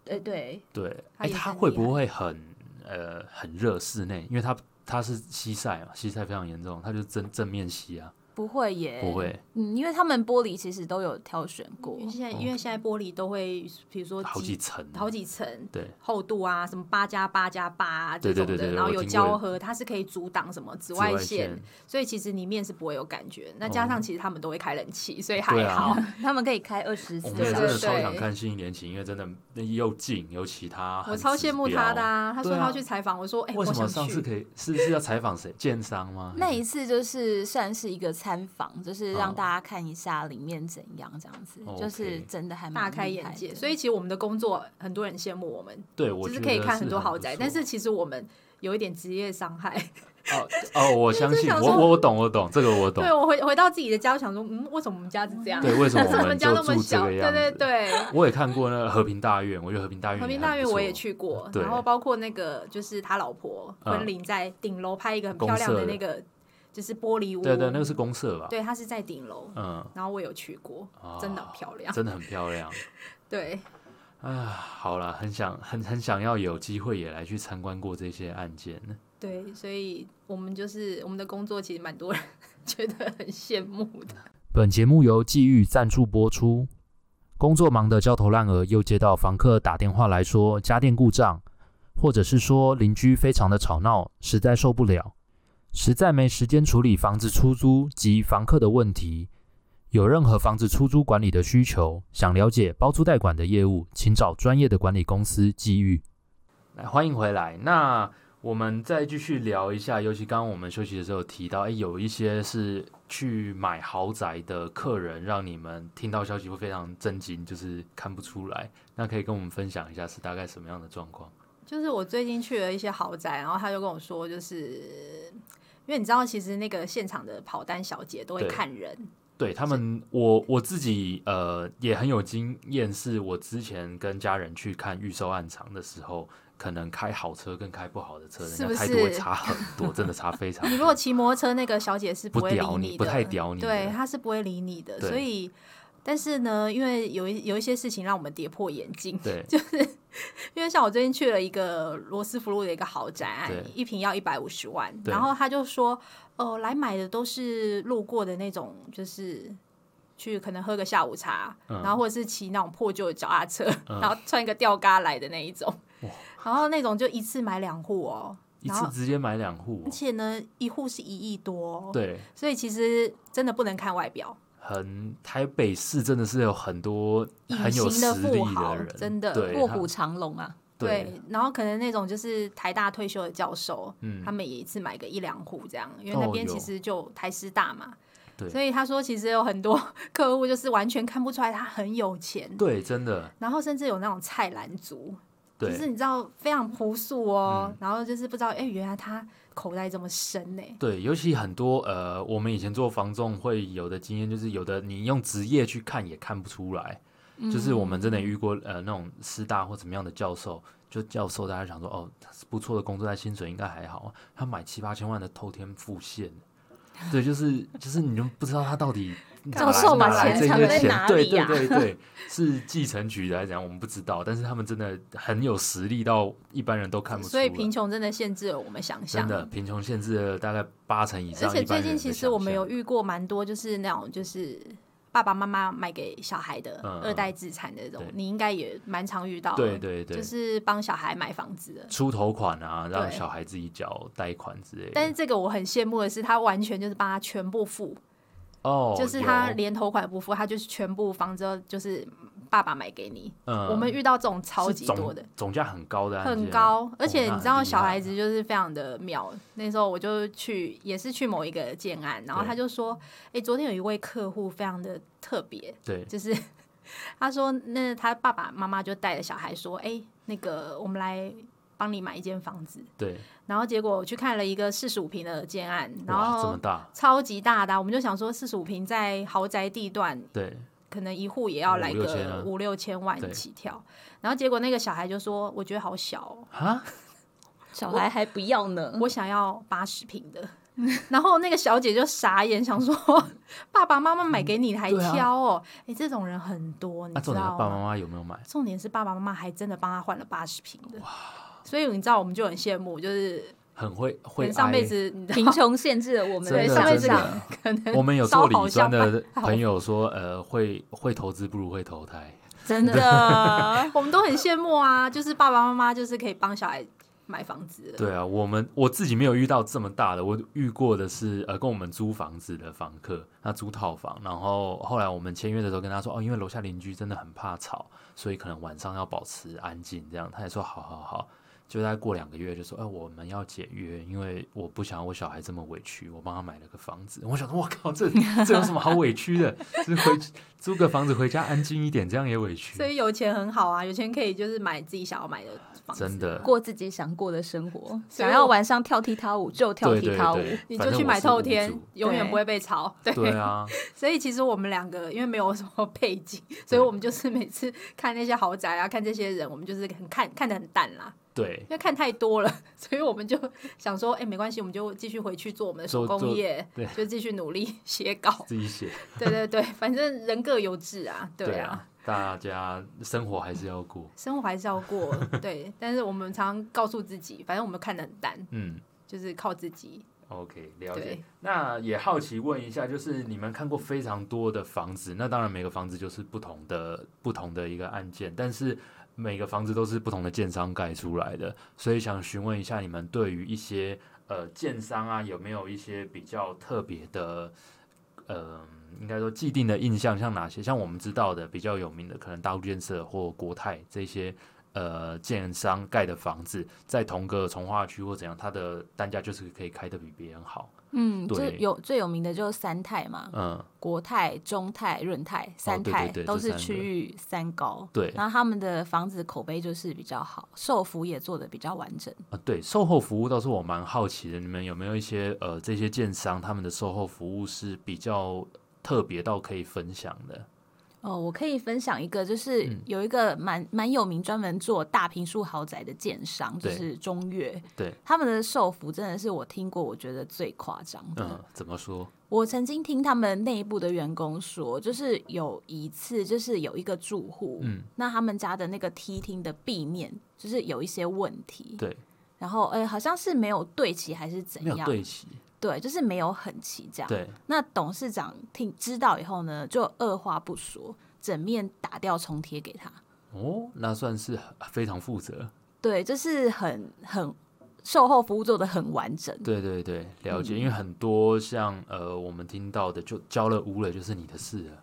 S2: 对呃对，
S1: 对，
S3: 他
S1: 哎、
S3: 也
S1: 他
S3: 很
S1: 会
S3: 厉
S1: 不会很呃很热室内？因为他他是西晒嘛，西晒非常严重，他就正正面西啊，
S2: 不会耶，
S1: 不会，
S2: 嗯，因为他们玻璃其实都有挑选过
S3: 因，为现在因为现在玻璃都会，比如说
S1: 哦好几层，啊
S3: 好几层
S1: 对
S3: 厚度啊，什么八加八加八啊这
S1: 对对
S3: 种
S1: 对对
S3: 的，
S1: 对
S3: 然后
S1: 我
S3: 有
S1: 听
S3: 胶
S1: 过
S3: 合，它是可以阻挡什么紫
S1: 紫
S3: 外
S1: 线
S3: 线，，所以其实里面是不会有感觉。那加
S1: 哦
S3: 上其实他们都会开冷气，所以
S1: 对
S3: 还
S1: 啊
S3: 好。
S2: 他们可以开二十
S1: 我
S2: 四
S1: 们
S3: 对
S1: 真
S2: 小
S3: 对
S1: 的
S2: 时。
S1: 超
S3: 对
S1: 想看信义联勤，因为真的那又近，尤其他
S3: 我
S1: 很
S3: 超
S1: 指
S3: 羡慕他
S1: 标
S3: 的啊！他说
S1: 对
S3: 他
S1: 啊
S3: 要去采访，我说哎，
S1: 为
S3: 我
S1: 什么
S3: 想
S1: 上次
S3: 去。
S1: 可以是是要采访谁？建商吗？
S2: 那
S1: 还是
S2: 一次就是算是一个参访，就是让
S1: 哦
S2: 大家看一下里面怎样，这样子，
S1: OK
S2: 就是真
S1: 嗯
S2: 的还蛮
S3: 大开
S2: 厉害
S3: 眼界，
S2: 的
S3: 所以其实我们的工作很多人羡慕我们，
S1: 对，我
S3: 就是
S1: 觉
S3: 可以
S1: 得
S3: 看
S1: 是
S3: 很多
S1: 不
S3: 豪宅，
S1: 错
S3: 但是其实我们有一点职业伤害。
S1: 哦哦，我相 信，
S3: 想
S1: 我
S3: 说
S1: 我我懂，我懂这个我懂
S3: 对。我回回到自己的家，我想说，嗯，为什么我们家是这样？
S1: 对，为什么
S3: 我
S1: 我
S3: 们
S1: 们
S3: 家
S1: 就
S3: 那么
S1: 住这
S3: 小，
S1: 个
S3: 对
S1: 样子？
S3: 对 对。
S1: 我也看过那个和平大院，我觉得和平大院
S3: 和平
S1: 也还
S3: 大院
S1: 不
S3: 我也
S1: 错，
S3: 去过，
S1: 对
S3: 然后包括那个就是他老婆
S1: 嗯
S3: 婚礼在顶楼拍一个很
S1: 公
S3: 漂亮的
S1: 社的
S3: 那个就是玻璃屋，
S1: 对对，那个是公社吧？
S3: 对，它是在顶楼，
S1: 嗯，
S3: 然后我有去过，
S1: 啊
S3: 真的很漂亮，
S1: 真的很漂亮。
S3: 对，
S1: 啊，好了，很想很很想要有机会也来去参观过这些案件。
S3: 对，所以我们就是我们的工作其实蛮多人 觉得很羡慕的，
S1: 本节目由际遇赞助播出。工作忙得焦头烂额，又接到房客打电话来说家电故障，或者是说邻居非常的吵闹，实在受不了，实在没时间处理房子出租及房客的问题。有任何房子出租管理的需求，想了解包租代管的业务，请找专业的管理公司际遇。来，欢迎回来。那我们再继续聊一下，尤其刚刚我们休息的时候有提到，哎，有一些是去买豪宅的客人，让你们听到消息会非常震惊，就是看不出来。那可以跟我们分享一下是大概什么样的状况？
S3: 就是我最近去了一些豪宅，然后他就跟我说，就是因为你知道，其实那个现场的跑单小姐都会
S1: 对
S3: 看人，
S1: 对他们，我我自己呃也很有经验，是我之前跟家人去看预售案场的时候，可能开好车跟开不好的车，人
S3: 是
S1: 家
S3: 不
S1: 态度会
S3: 是
S1: 差很多，真的差非常多。
S3: 你如果骑摩托车，那个小姐是
S1: 不
S3: 会理
S1: 屌
S3: 的，
S1: 不太屌你的，
S3: 对，她是不会理你的。
S1: 对
S3: 所以，但是呢，因为有一有一些事情让我们跌破眼镜，
S1: 对
S3: 因为像我最近去了一个罗斯福路的一个豪宅啊
S1: 对，
S3: 一平要一百五十万，
S1: 对
S3: 然后他就说，哦，来买的都是路过的那种，就是。去可能喝个下午茶，
S1: 嗯
S3: 然后或者是骑那种破旧的脚踏车，
S1: 嗯
S3: 然后穿一个吊嘎来的那一种
S1: 哇，
S3: 然后那种就一次买两户哦，
S1: 一
S3: 然后
S1: 次直接买两户
S3: 而
S1: 哦、
S3: 且呢一户是一亿多、哦，
S1: 对，
S3: 所以其实真的不能看外表，
S1: 很台北市真的是有很多
S3: 隐
S1: 很有
S3: 形的
S1: 实
S3: 富
S1: 力
S3: 豪
S1: 人，
S3: 真的
S1: 对
S2: 卧
S1: 他
S2: 虎藏龙啊，
S1: 对，
S3: 然后可能那种就是台大退休的教授，
S1: 嗯
S3: 他们也一次买个一两户这样，因为
S1: 哦
S3: 那边
S1: 有
S3: 其实就台师大嘛，
S1: 对
S3: 所以他说其实有很多 客户就是完全看不出来他很有钱，
S1: 对，真的，
S3: 然后甚至有那种菜篮族，就
S1: 对，嗯
S3: 是你知道非常朴素哦，然后就是不知道哎、原来他口袋这么深呢、
S1: 对，尤其很多呃，我们以前做房仲会有的经验，就是有的你用职业去看也看不出来，就是我们真
S2: 嗯
S1: 的遇过呃那种师大或怎么样的教授，就教授大家想说哦，他是不错的工作，但薪水应该还好啊，他买七八千万的偷天付现，对，就是就是你就不知道他到 底哪
S2: 教
S1: 来
S2: 授
S1: 哪
S2: 把
S1: 来
S2: 钱
S1: 这
S2: 藏
S1: 些
S2: 在
S1: 钱
S2: 哪，
S1: 对
S2: 里
S1: 对
S2: 呀
S1: 对对，是继承局的还是怎样，我们不知道，但是他们真的很有实力到一般人都看不出来，
S3: 所以贫穷真的限制了我们想
S1: 真
S3: 象。
S1: 的贫穷限制了大概八成以上，
S3: 而且
S1: 一般
S3: 最
S1: 人
S3: 近
S1: 的
S3: 其实
S1: 想
S3: 我们
S1: 象
S3: 有遇过蛮多，就是那种就是爸爸妈妈买给小孩的
S1: 嗯嗯
S3: 二代资产的这种，
S1: 对
S3: 你应该也蛮常遇到的。
S1: 对对对，
S3: 就是帮小孩买房子的。
S1: 出头款啊，让
S3: 对
S1: 小孩自己缴贷款之类的。
S3: 但是这个我很羡慕的是，他完全就是帮他全部付，
S1: 哦，
S3: 就是他
S1: 有
S3: 连头款不付，他就是全部房子就是爸爸买给你。
S1: 嗯，
S3: 我们遇到这种超
S1: 是
S3: 级
S1: 总
S3: 多的，
S1: 总价很高的案件，
S3: 很高，而且
S1: 那
S3: 你
S1: 很
S3: 知道
S1: 厉
S3: 小
S1: 害啊
S3: 孩子就是非常的妙。那时候我就去，也是去某一个建案，然后
S1: 对
S3: 他就说：“诶，昨天有一位客户非常的特别，
S1: 对，
S3: 就是 他说那他爸爸妈妈就带着小孩说：‘诶，那个我们来帮你买一间房子。’
S1: 对，
S3: 然后结果我去看了一个四十五平的建案，然
S1: 哇，这么
S3: 后
S1: 大，
S3: 超级大的啊、我们就想说四十五平在豪宅地段
S1: 对，
S3: 可能一户也要来
S1: 五六千啊
S3: 个五六千万
S1: 对
S3: 起跳，然后结果那个小孩就说：“我觉得好小、哦，
S1: 啊，
S2: 小孩还不要呢，
S1: 嗯
S3: 我想要八十平的。” 然后那个小姐就傻眼，想说：“ 爸爸妈妈买给你还
S1: 对啊
S3: 挑哦？哎、这种人很多，你
S1: 那啊
S3: 知
S1: 重点他
S3: 道
S1: 爸爸妈
S3: 吗？
S1: 妈有没有买？
S3: 重点是爸爸妈妈还真的帮他换了八十平的，所以你知道我们就很羡慕，就是
S1: 很会
S3: 可
S1: 会
S3: 能上辈
S1: 挨
S3: 子你知道
S2: 贫穷限制了我们
S1: 真
S3: 对
S1: 的
S3: 上辈
S1: 真
S3: 子
S1: 的，
S3: 可能
S1: 我们有
S3: 烧
S1: 做
S3: 好
S1: 理专
S3: 香
S1: 的
S3: 吧
S1: 朋友说，呃，会会投资不如会投胎，
S2: 真的
S3: 我们都很羡慕啊，就是爸爸妈妈就是可以帮小孩买房子了。
S1: 对啊，我们我自己没有遇到这么大的，我遇过的是呃跟我们租房子的房客，他租套房，然后后来我们签约的时候跟他说，哦，因为楼下邻居真的很怕吵，所以可能晚上要保持安静，这样他也说哦好好好。就大概过两个月就说，哎、我们要解约，因为我不想我小孩这么委屈，我帮他买了个房子。我想说，我靠，这这有什么好委屈的？就是回租个房子回家安静一点，这样也委屈
S3: 所。以有钱很好啊，有钱可以就是买自己想要买的房子，
S1: 真的
S2: 过自己想过的生活，
S3: 所以
S2: 想要
S3: 我
S2: 晚上跳踢踏舞就跳
S1: 对
S2: 踢
S1: 对
S2: 踏舞，
S1: 对，
S3: 你
S1: 反
S3: 就
S1: 正
S3: 去
S1: 我
S3: 买
S1: 是
S3: 透
S1: 屋
S3: 天
S1: 主，
S3: 永远不会被炒。 对，
S1: 对啊，
S3: 所以其实我们两个因为没有什么背景，所以我们就是每次看那些豪宅啊，看这些人，我们就是很看看得很淡啦，
S1: 对
S3: 因，为看太多了， 所以我们就想说，哎、没关系，我们就继续回去做我们的手
S1: 做
S3: 工
S1: 做
S3: 业
S1: 对，
S3: 就继续努力写稿。
S1: 自己写。
S3: 对对对，反正人各有志啊，对啊。，
S1: 大家生活还是要过。
S3: 生活还是要过，对。 但是我们常常告诉自己，反正我们看得很淡，
S1: 嗯
S3: 就是靠自己。
S1: ，OK，了解
S3: 对。
S1: 那也好奇问一下，就是你们看过非常多的房子，那当然每个房子就是不同的不同的一个案件，但是每个房子都是不同的建商盖出来的，所以想询问一下你们对于一些呃建商啊，有没有一些比较特别的呃。应该说既定的印象像哪些？像我们知道的比较有名的，可能大陆建设或国泰这些呃建商盖的房子，在同个从化区或怎样，它的单价就是可以开得比别人好。
S2: 嗯，就
S1: 对
S2: 有最有名的就是三泰嘛，
S1: 嗯，哦
S2: 国泰、中泰、润泰三
S1: 对
S2: 泰、
S1: 对对
S2: 都
S1: 这三
S2: 是区
S1: 个
S2: 域三高，
S1: 对
S2: 然后他们的房子口碑就是比较好，售服也做的比较完整。
S1: 啊，对，售后服务倒是我蛮好奇的，你们有没有一些呃这些建商他们的售后服务是比较特别到可以分享的？
S2: 哦，我可以分享一个，
S1: 嗯
S2: 就是有一个蛮蛮有名，专门做大平数豪宅的建商，就
S1: 对
S2: 是中越，
S1: 对，
S2: 他们的售服真的是我听过我觉得最夸张的。
S1: 嗯，怎么说？
S2: 我曾经听他们内部的员工说，就是有一次，就是有一个住户，
S1: 嗯，
S2: 那他们家的那个梯厅的壁面就是有一些问题，
S1: 对，
S2: 然后呃、好像是没有对齐还是怎
S1: 没有
S2: 样，
S1: 对齐，
S2: 对就是没有很齐这样。
S1: 对，
S2: 那董事长听知道以后呢，就二话不说，整面打掉重贴给他，
S1: 哦，那算是非常负责。
S2: 对，就是很很售后服务做的很完整，
S1: 对对对，了解，因为很多像呃我们听到的，就交了屋了就是你的事了。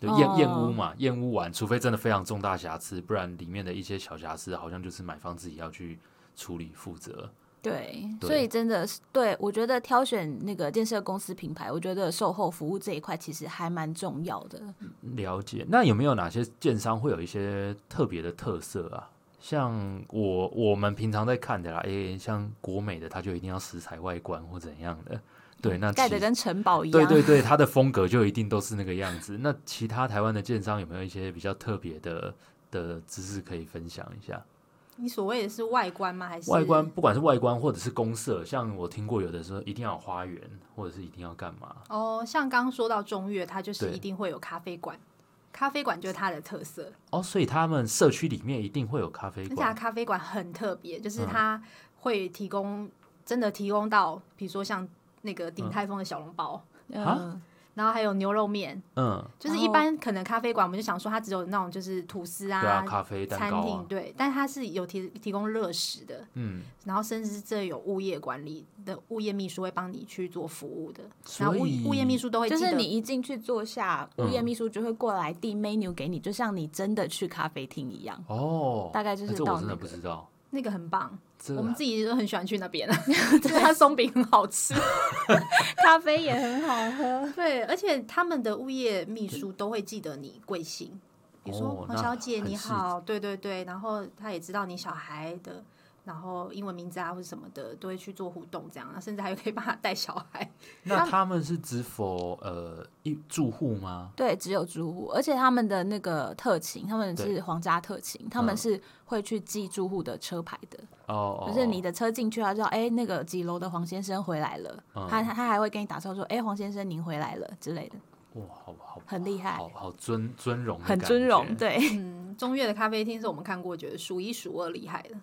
S1: 对验验屋
S2: 哦
S1: 嘛，验屋完，除非真的非常重大瑕疵，不然里面的一些小瑕疵，好像就是买方自己要去处理负责。
S2: 对，
S1: 对
S2: 所以真的是对我觉得挑选那个建设公司品牌，我觉得售后服务这一块其实还蛮重要的。
S1: 了解。那有没有哪些建商会有一些特别的特色啊？像我我们平常在看的啦，诶、像国美的，它就一定要石材外观或怎样的。对，那
S2: 盖
S1: 其
S2: 的跟城堡一
S1: 对
S2: 样，
S1: 对对，它的风格就一定都是那个样子。那其他台湾的建商有没有一些比较特别的的知识可以分享一下？
S3: 你所谓的是外观吗？还是
S1: 外观不管是外观或者是公社，像我听过有的说一定要有花园，或者是一定要干嘛？
S3: 哦，像刚刚说到中越，它就是
S1: 对
S3: 一定会有咖啡馆，咖啡馆就是它的特色，
S1: 哦，所以他们社区里面一定会有咖啡
S3: 而且它
S1: 馆。
S3: 咖啡馆很特别，就是
S1: 嗯
S3: 它会提供、真的提供到，比如说像那个鼎泰丰的小笼包，
S2: 嗯
S1: 啊，
S3: 然后还有牛肉面，
S1: 嗯，
S3: 就是
S2: 然
S3: 一
S2: 后
S3: 般可能咖啡馆我们就想说它只有那种就是吐司
S1: 对啊，咖啡蛋
S3: 餐
S1: 糕
S3: 厅
S1: 啊，
S3: 对，但它是有提提供热食的，
S1: 嗯，
S3: 然后甚至这有物业管理的物业秘书会帮你去做服务的，然后
S1: 所
S3: 物
S1: 以
S3: 物业秘书都会记
S2: 就是
S3: 得
S2: 你一进去坐下，物业
S1: 嗯
S2: 秘书就会过来递 menu 给你，就像你真的去咖啡厅一样。
S1: 哦，
S2: 大概就是
S1: 哎这
S2: 到
S1: 我真
S2: 那
S1: 的不
S2: 个
S1: 知道，
S3: 那个很棒，
S1: 这啊
S3: 我们自己就很喜欢去那边，
S2: 对
S3: 对，它松饼很好 吃。
S2: 咖啡也很好喝。
S3: 对，而且他们的物业秘书都会记得你贵姓，比如说
S1: 哦
S3: 黄
S1: 那
S3: 小姐
S1: 很
S3: 你
S1: 细
S3: 好，对对对，然后他也知道你小孩的。然后英文名字啊或者什么的都会去做互动，这样，甚至还可以帮他带小孩。
S1: 那他们是只否呃一住户吗？
S2: 对，只有住户，而且他们的那个特勤，他们
S1: 对
S2: 是皇家特勤，他们
S1: 嗯
S2: 是会去记住户的车牌的，
S1: 哦，
S2: 就是你
S1: 的
S2: 的车进去，他知道，哎、那个几楼的黄先生回来了，
S1: 嗯
S2: 他他还会跟你打招呼说，哎、黄先生您回来了之类的，
S1: 哇，好好
S2: 很厉害
S1: 好好尊尊荣的
S2: 很
S1: 感
S2: 尊荣，
S1: 觉。
S2: 对，
S3: 嗯， 中越的咖啡厅是我们看过觉得数一数二厉害的，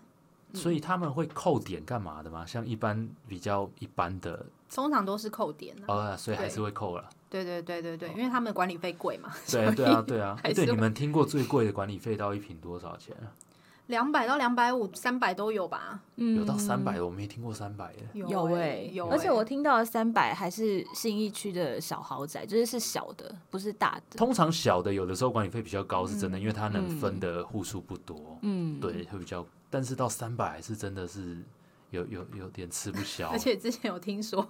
S1: 所以他们会扣点干嘛的吗？像一般比较一般的
S3: 通常都是扣点啊。
S1: 哦，所以还
S3: 对
S1: 是会扣了。
S3: 对对对对
S1: 哦
S3: 对，因为他们管理费贵嘛，
S1: 对啊对啊对啊！
S3: 还
S1: 哎，对，你
S3: 是会
S1: 们听过最贵的管理费到一瓶多少钱啊？
S3: 两百到两百五、三百都有吧？
S1: 有
S2: 嗯，
S1: 到三百的，我没听过三百的。
S2: 有哎、
S3: 欸有欸，
S2: 而且我听到的三百还是信义区的小豪宅，就是是小的，不是大的，
S1: 通常小的有的时候管理费比较高，是真的，因为它能
S2: 嗯
S1: 分的户数不多，
S2: 嗯，
S1: 对，会比较。但是到三百还是真的是有有有点吃不消
S3: 而。且之前有听说，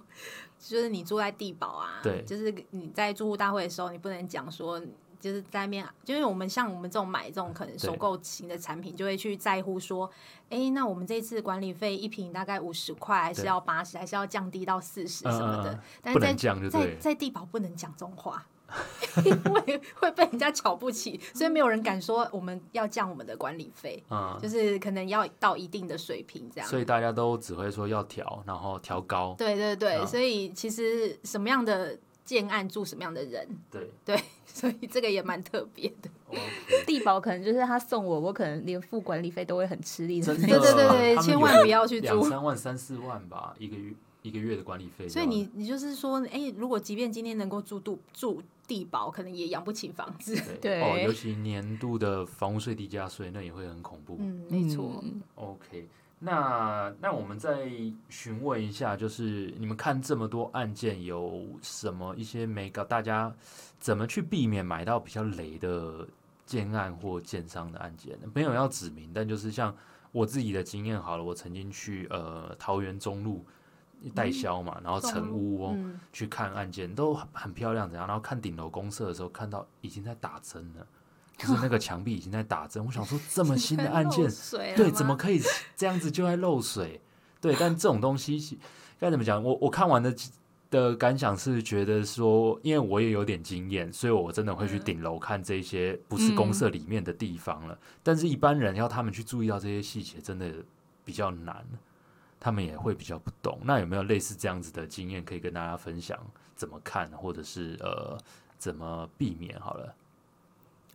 S3: 就是你住在地堡啊，
S1: 对
S3: 就是你在住户大会的时候，你不能讲说。就是在面，就因为我们像我们这种买这种可能
S1: 对
S3: 首购型的产品，就会去在乎说，哎、那我们这次管理费一瓶大概五十块，还是
S1: 对
S3: 要八十，还是要降低到四十什么的。
S1: 嗯嗯嗯
S3: 但
S1: 不
S3: 是
S1: 能
S3: 在
S1: 降就对
S3: 在
S1: 了
S3: 在地堡不能讲这种话， 因为会被人家瞧不起，所以没有人敢说我们要降我们的管理费，
S1: 嗯，
S3: 就是可能要到一定的水平这样。
S1: 所以大家都只会说要调，然后调高。
S3: 对对对，
S1: 嗯
S3: 所以其实什么样的建案住什么样的人，
S1: 对
S3: 对，所以这个也蛮特别 的。
S1: ，OK，
S2: 地保可能就是他送我，我可能连付管理费都会很吃力的
S1: 真的，
S2: 那一
S3: 对
S2: 种。
S3: 对对对
S1: 他们
S3: 千
S1: 有
S3: 万不要去
S1: 两
S3: 租
S1: 三万、三四万吧，一个月一个月的管理费。
S3: 所以你你就是说，哎、如果即便今天能够住度住地堡，可能也养不起房子。
S1: 对
S2: 对
S1: 哦，尤其年度的房屋税、地价税，那也会很恐怖。
S3: 嗯，没错。
S2: 嗯
S1: OK，那那我们再询问一下，就是你们看这么多案件，有什么一些没搞？大家怎么去避免买到比较雷的建案或建商的案件呢？没有要指名，但就是像我自己的经验好了，我曾经去呃桃园中路代销嘛，然后成屋哦、
S3: 嗯，
S1: 去看案件，都很很漂亮，怎样？然后看顶楼公社的时候，看到已经在打针了。就是那个墙壁已经在打针，我想说这么新的案件
S2: 哎
S3: 漏，水了啊
S1: 对，
S3: 吗
S1: 怎么可以这样子就在漏水？ 对，但这种东西是该怎么讲？我我看完的的感想是觉得说，因为我也有点经验，所以我真的会去顶楼看这些不是公社里面的地方了。
S2: 嗯
S1: 但是，一般人要他们去注意到这些细节，真的比较难，他们也会比较不懂。那有没有类似这样子的经验可以跟大家分享？怎么看，或者是呃，怎么避免？好了，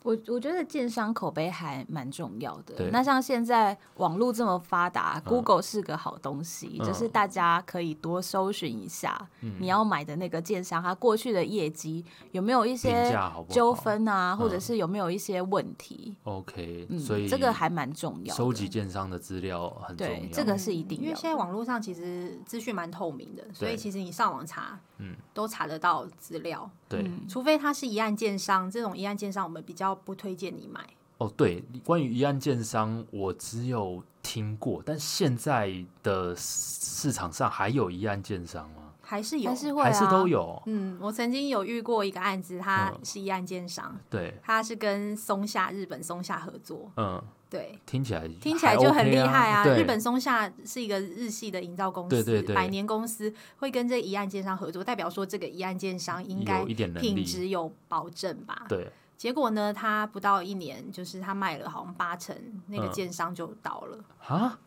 S2: 我我觉得建商口碑还蛮重要的
S1: 对。
S2: 那像现在网络这么发达、g o o g l e 是个好东西，
S1: 嗯
S2: 就是大家可以多搜寻一下、你要买的那个建商，它过去的业绩有没有一
S1: 评
S2: 些
S1: 价好不好？
S2: 纠纷啊，或者
S1: 嗯
S2: 是有没有一些问题？
S1: OK，、
S2: 嗯，
S1: 所以
S2: 这个还蛮重要的。
S1: 收集建商的资料很重要。
S2: 对这个是一定
S3: 嗯因为
S2: 要的
S3: 现在网络上其实资讯蛮透明的，所以
S1: 对
S3: 其实你上网查，
S1: 嗯，
S3: 都查得到资料。
S1: 对、
S2: 嗯
S3: 除非它是一案建商，这种一案建商我们比较不推荐你买。
S1: 哦，对，关于一案建商，我只有听过，但现在的市场上还有一案建商吗？
S3: 还是有，
S2: 还是会、啊，
S1: 还是都。有？
S3: 嗯，我曾经有遇过一个案子，它
S1: 嗯
S3: 是一案奸商，
S1: 对，
S3: 它是跟松下日本松下合作，
S1: 嗯，
S3: 对，
S1: 听起来
S3: 听起来就很厉害
S1: 啊。
S3: 啊！
S1: 对
S3: 日本松下是一个日系的营造公司，
S1: 对对对
S3: 百年公司会跟这一案奸商合作，代表说这个一案奸商应该
S1: 有一点能力
S3: 品质有保证吧？
S1: 对，
S3: 结果呢，他不到一年，就是他卖了好像八成，那个
S1: 嗯
S3: 奸商就倒了。
S1: 啊，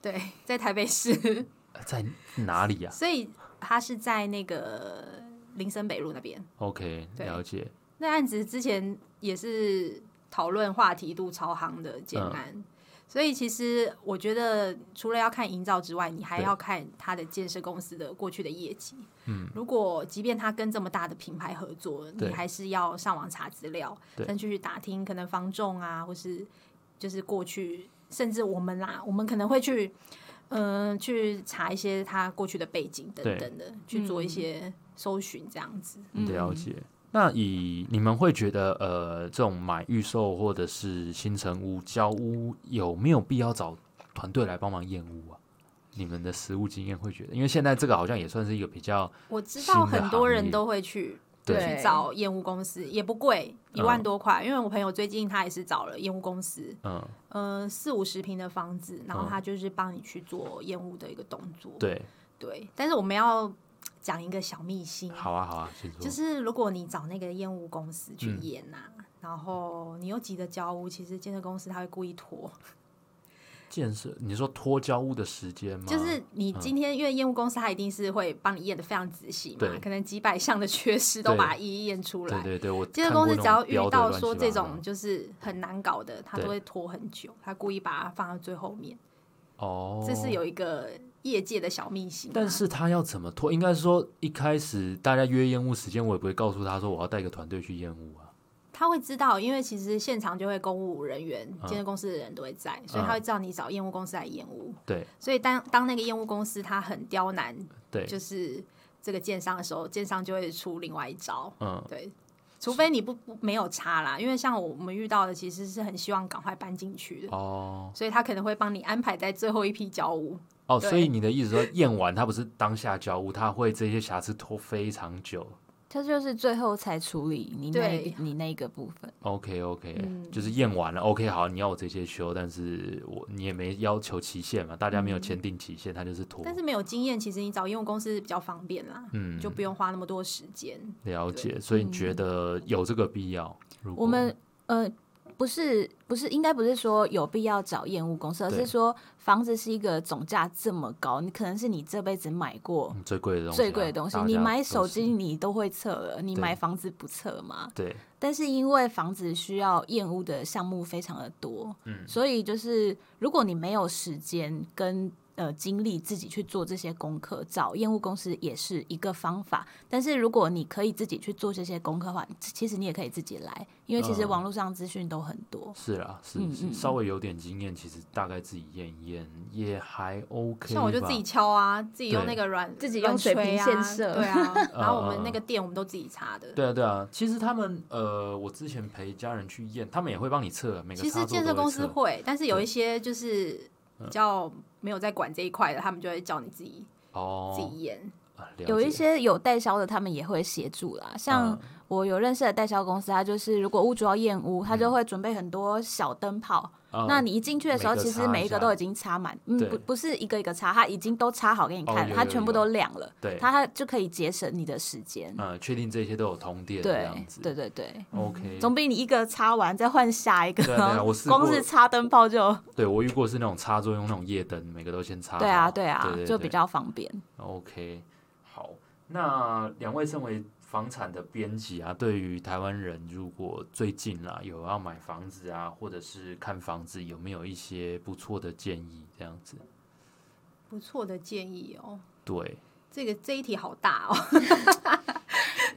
S3: 对，在台北市，
S1: 在哪里啊呀、
S3: 所以他是在那个林森北路那边。
S1: 啊、？OK，
S3: 对
S1: 了解。
S3: 那案子之前也是讨论话题度超夯的简
S1: 嗯
S3: 案，所以其实我觉得除了要看营造之外，你还
S1: 对
S3: 要看他的建设公司的过去的业绩。嗯，如果即便他跟这么大的品牌合作，
S1: 对
S3: 你还是要上网查资料，
S1: 对
S3: 甚至去打听可能房仲啊，或是就是过去，甚至我们啦，我们可能会去。嗯、去查一些他过去的背景等
S1: 对
S3: 等的，去做一些搜寻，这样子。
S1: 了解。那以你们会觉得，呃，这种买预售或者是新城屋、交屋，有没有必要找团队来帮忙验屋啊？你们的实务经验会觉得，因为现在这个好像也算是一个比较
S3: 我知
S1: 新的
S3: 道很多
S1: 行
S3: 人
S1: 业
S3: 都会去
S1: 对
S3: 去找验屋公司，也不贵，一万
S1: 嗯
S3: 多块。因为我朋友最近他也是找了验屋公司，
S1: 嗯，
S3: 呃，四五十平的房子，然后
S1: 嗯
S3: 他就是帮你去做验屋的一个动作。
S1: 对，
S3: 对但是我们要讲一个小秘辛，
S1: 好啊，好啊，请说。
S3: 就是如果你找那个验屋公司去
S1: 嗯
S3: 验啊，然后你又急着交屋，其实建设公司他会故意拖，
S1: 啊建设，你说拖交屋的时间吗？
S3: 就是
S1: 嗯
S3: 你今天因为验屋公司他一定是会帮你验的非常仔细嘛
S1: 对，
S3: 可能几百项的 缺失都
S1: 对
S3: 把它一一验出来
S1: 对。对对，我
S3: 建设
S1: 看
S3: 公
S1: 过
S3: 司
S1: 那
S3: 只要
S1: 种
S3: 遇
S1: 标得
S3: 到
S1: 乱
S3: 说
S1: 七
S3: 这
S1: 八糟
S3: 种就是很难搞的，他
S1: 对
S3: 都会拖很久，他故意把它放到最后面，
S1: 哦，
S3: 这是有一个业界的小秘辛啊、
S1: 但是他要怎么拖？应该是说一开始大家约验屋时间，我也不会告诉他说我要带一个团队去验屋啊。
S3: 他会知道，因为其实现场就会公务人员、
S1: 嗯
S3: 建设公司的人都会在，所以
S1: 嗯
S3: 他会知道你找验屋公司来验屋。
S1: 对
S3: 所以当当那个验屋公司他很刁难，
S1: 对，
S3: 就是这个建商的时候，建商就会出另外一招，
S1: 嗯，
S3: 对。除非你不不没有差啦，因为像我们遇到的其实是很希望赶快搬进去的，
S1: 哦
S3: 所以他可能会帮你安排在最后一批交屋。
S1: 哦，
S3: 对
S1: 所以你的意思说验完他不是当下交屋，他会这些瑕疵拖非常久。
S2: 他就是最后才处理你那一
S3: 对
S2: 你那一个部分。
S1: OK OK，、
S3: 嗯
S1: 就是验完了 OK 好，你要我这些修，但是我你也没要求期限嘛，大家没有签订期限，他就是拖。
S3: 但是没有经验，其实你找业务公司比较方便啦，
S1: 嗯，
S3: 就不用花那么多时间。
S1: 了解，所以你觉得有这个必要？如果
S2: 我们
S1: 嗯
S2: 呃不是不是，应该不是说有必要找验屋公司，而
S1: 对
S2: 是说房子是一个总价这么高，你可能是你这辈子买过
S1: 嗯最贵的东西啊，
S2: 最贵的东西，
S1: 大
S2: 你
S1: 家
S2: 买
S1: 都
S2: 手
S1: 是
S2: 机你都会测了，你
S1: 对
S2: 买房子不测吗？
S1: 对
S2: 但是因为房子需要验屋的项目非常的多，
S1: 嗯
S2: 所以就是如果你没有时间跟呃精力自己去做这些功课，找验屋公司也是一个方法。但是如果你可以自己去做这些功课的话，其实你也可以自己来，因为其实
S1: 嗯
S2: 网络上资讯都很多。
S1: 是啦，是
S2: 嗯
S1: 是
S2: 嗯
S1: 稍微有点经验，其实大概自己验一验也还 OK 吧。
S3: 像我就自己敲啊，自己用那个软，
S2: 自己
S3: 软
S2: 用水
S3: 锤
S2: 平
S3: 啊
S2: 线射
S3: 对 啊。然后
S1: 嗯
S3: 我
S1: 嗯
S3: 们
S1: 嗯
S3: 那个店我们都自己擦的。
S1: 对啊对啊，其实他们呃，我之前陪家人去验，他们也会帮你测，每个
S3: 其
S1: 插座
S3: 实建
S1: 都
S3: 设
S1: 会
S3: 公司
S1: 测嗯
S3: 会，但是有一些就是比较没有在管这一块的，他们就会叫你自己自
S1: 哦，
S3: 己验。
S1: 啊了
S2: 有一
S1: 解
S2: 些有代销的，他们也会协助啦。像
S1: 嗯
S2: 我有认识的代销公司，他就是如果屋主要验屋，他就会准备很多小灯泡，
S1: 嗯
S2: 那你一进去的时候，
S1: 每个
S2: 其实
S1: 插
S2: 每
S1: 一
S2: 一个
S1: 下
S2: 都已经插满，嗯
S1: 对，
S2: 不不是一个一个插，它已经都插好给你
S1: 哦
S2: 看
S1: 有
S2: 了，它
S1: 有
S2: 全部
S1: 有
S2: 都亮了，
S1: 对
S2: 它就可以节省你的时间，
S1: 呃确定这些都有通电这
S2: 对
S1: 样子，
S2: 对对对，
S1: OK，
S2: 总比你一个插完再换下一个
S1: 对啊对啊我试，
S2: 光
S1: 过
S2: 是插灯泡就，
S1: 对我遇过是那种插座用那种夜灯，每个都先插好，
S2: 对啊对啊
S1: 对，对
S2: 就比
S1: 对
S2: 较方便。
S1: OK，好，那两位身为房产的编辑啊，对于台湾人如果最近啦有要买房子啊，或者是看房子，有没有一些不错的建议？这样子，
S3: 不错的建议哦，
S1: 对，
S3: 这个这一题好大哦，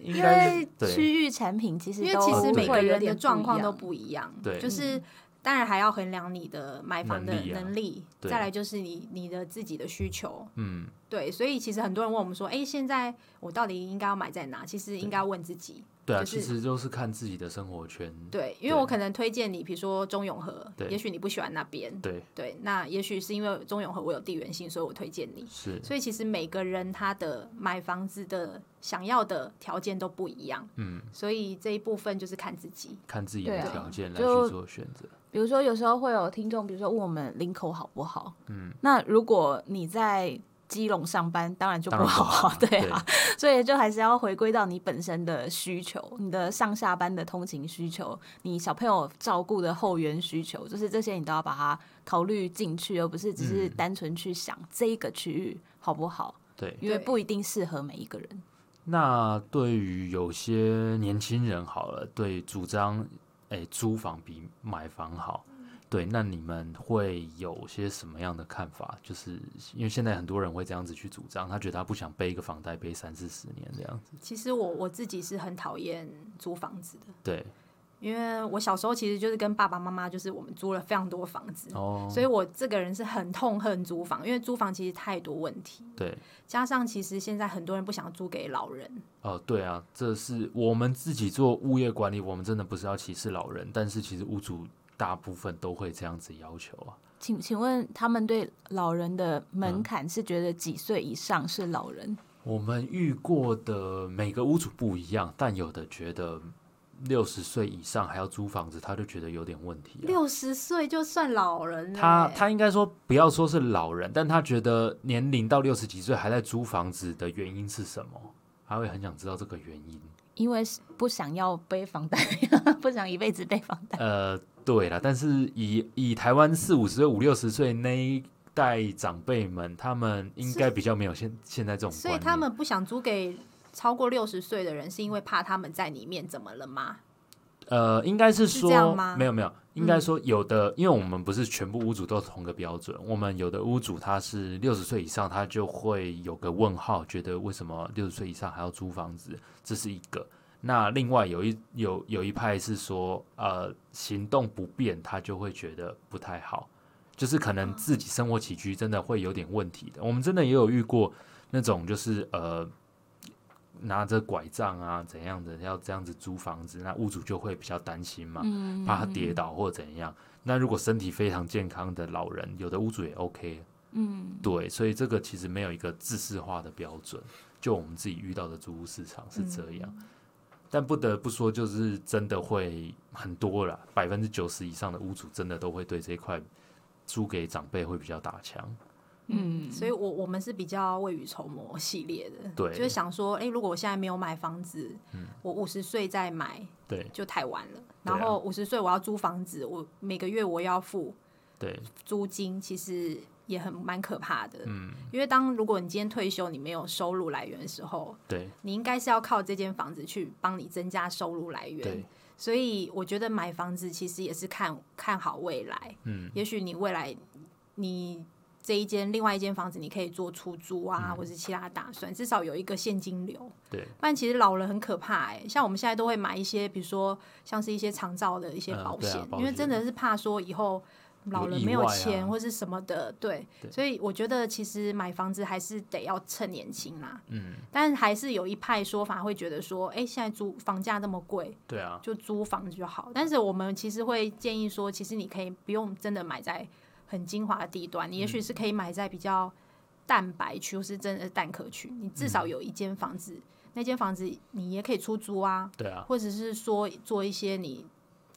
S1: 应
S2: 因
S1: 该是
S2: 为
S1: 对
S2: 区域产品其实
S3: 因为
S2: 都
S3: 其实
S2: 会
S3: 每个
S2: 有
S3: 人
S2: 点
S3: 的
S2: 不
S3: 状
S2: 一
S3: 况都
S2: 样
S3: 不一样，
S1: 对
S3: 就是。当然还要衡量你的买房的
S1: 能力啊
S3: 能力，
S1: 对
S3: 再来就是你你的自己的需求，
S1: 嗯，
S3: 对，所以其实很多人问我们说，哎，现在我到底应该要买在哪？其实应该要问自己。
S1: 对啊，
S3: 就
S1: 其
S3: 是
S1: 实就是看自己的生活圈。
S3: 对，因为
S1: 嗯对
S3: 我可能推荐你，比如说中永和
S1: 对，
S3: 也许你不喜欢那边，
S1: 对，
S3: 对，那也许是因为中永和我有地缘性，所以我推荐你。
S1: 是，
S3: 所以其实每个人他的买房子的想要的条件都不一样，
S1: 嗯，
S3: 所以这一部分就是看自己。
S1: 看自己的
S2: 对啊
S1: 条件来
S2: 就
S1: 去做选择。
S2: 比如说，有时候会有听众，比如说问我们林口好不好？嗯，那如果你在基隆上班，当然就
S1: 当
S2: 不
S1: 然不好
S2: 好啊
S1: 啊，
S2: 对啊，所以就还是要回归到你本身的需求，你的上下班的通勤需求，你小朋友照顾的后援需求，就是这些你都要把它考虑进去，而不是只是单纯去想这一个区域好不好，
S1: 对，
S2: 因为
S3: 对
S2: 不一定适合每一个人。
S1: 那对于有些年轻人好了，对主张诶、租房比买房好，对，那你们会有些什么样的看法？就是因为现在很多人会这样子去主张，他觉得他不想背一个房贷背三四十年这样子。
S3: 其实我我自己是很讨厌租房子的，
S1: 对，
S3: 因为我小时候其实就是跟爸爸妈妈，就是我们租了非常多房子，
S1: 哦，
S3: 所以我这个人是很痛恨租房，因为租房其实太多问题，
S1: 对，
S3: 加上其实现在很多人不想租给老人，
S1: 哦，对啊，这是我们自己做物业管理，我们真的不是要歧视老人，但是其实屋主大部分都会这样子要求啊。
S2: 请请问他们对老人的门槛是觉得几岁以上是老人？
S1: 我们遇过的每个屋主不一样，但有的觉得六十岁以上还要租房子，他就觉得有点问题、啊。
S3: 六十岁就算老人了欸
S1: 他
S3: 耶
S1: 他应该说不要说是老人，但他觉得年龄到六十几岁还在租房子的原因是什么？他会很想知道这个原因。
S2: 因为是不想要背房贷， 不想一辈子背房贷。
S1: 呃，对了，但是以以台湾四五十岁、五六十岁那一代长辈们，他们应该比较没有现现在这种观
S3: 所以
S1: 念，
S3: 他们不想租给超过六十岁的人，是因为怕他们在里面怎么了吗？
S1: 呃，应该是
S3: 是
S1: 说
S3: 这样吗
S1: 没有没有，应该说有的，因为我们不是全部屋主都同个标准，我们有的屋主他是六十岁以上，他就会有个问号，觉得为什么六十岁以上还要租房子，这是一个。那另外有一有有一派是说，呃，行动不便，他就会觉得不太好，就是可
S3: 哦
S1: 能自己生活起居真的会有点问题的。我们真的也有遇过那种，就是呃，拿着拐杖啊怎样的，要这样子租房子，那屋主就会比较担心嘛，
S2: 嗯
S1: 怕他跌倒或怎样。那如果身体非常健康的老人，有的屋主也 OK，
S2: 嗯，
S1: 对，所以这个其实没有一个制式化的标准，就我们自己遇到的租屋市场
S2: 嗯
S1: 是这样。但不得不说，就是真的会很多啦，百分之九十以上的屋主真的都会对这一块租给长辈会比较打枪。
S2: 嗯
S3: 所以我我们是比较未雨绸缪系列的，
S1: 对
S3: 就是想说，哎、如果我现在没有买房子，我五十岁再买
S1: 对
S3: 就太晚了。
S1: 对啊
S3: 然后五十岁我要租房子，我每个月我要付
S1: 对
S3: 租金，其实也很蛮可怕的。嗯，因为当如果你今天退休，你没有收入来源的时候，
S1: 对
S3: 你应该是要靠这间房子去帮你增加收入来源
S1: 对。，
S3: 所以我觉得买房子其实也是看看好未来。
S1: 嗯，
S3: 也许你未来你这一间另外一间房子，你可以做出租啊，
S1: 嗯
S3: 或是其他打算，至少有一个现金流。
S1: 对
S3: 不然其实老人很可怕哎、像我们现在都会买一些，比如说像是一些长照的一些
S1: 嗯
S3: 保
S1: 对啊
S3: 险，
S1: 保
S3: 因为
S1: 险
S3: 真的是怕说以后老
S1: 有
S3: 人
S1: 意
S3: 没有
S1: 外啊
S3: 钱或是什么的，对，
S1: 对
S3: 所以我觉得其实买房子还是得要趁年轻啦。
S1: 嗯，
S3: 但还是有一派说法会觉得说，哎、现在租房价这么贵，
S1: 对啊，
S3: 就租房子就好。但是我们其实会建议说，其实你可以不用真的买在很精华的地段，你也许是可以买在比较蛋白区或是真的是蛋壳区，你至少有一间房子，那间房子你也可以出租啊，
S1: 对啊，
S3: 或者是说做一些你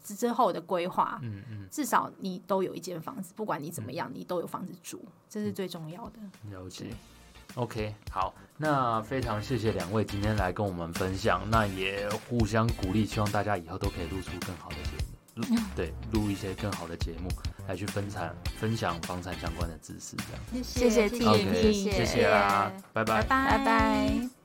S3: 之之后的规划。
S1: 嗯嗯。
S3: 至少你都有一间房子，不管你怎么样，你都有房子住，这是最重要的。
S1: 了解。OK，好，那非常谢谢两位今天来跟我们分享，那也互相鼓励，希望大家以后都可以录出更好的节目， 录对，录一些更好的节目来去分享分享房产相关的知识，这样。
S2: 谢谢谢谢
S1: OK，
S2: 谢谢
S1: 谢啦，拜拜
S3: 拜
S2: 拜拜。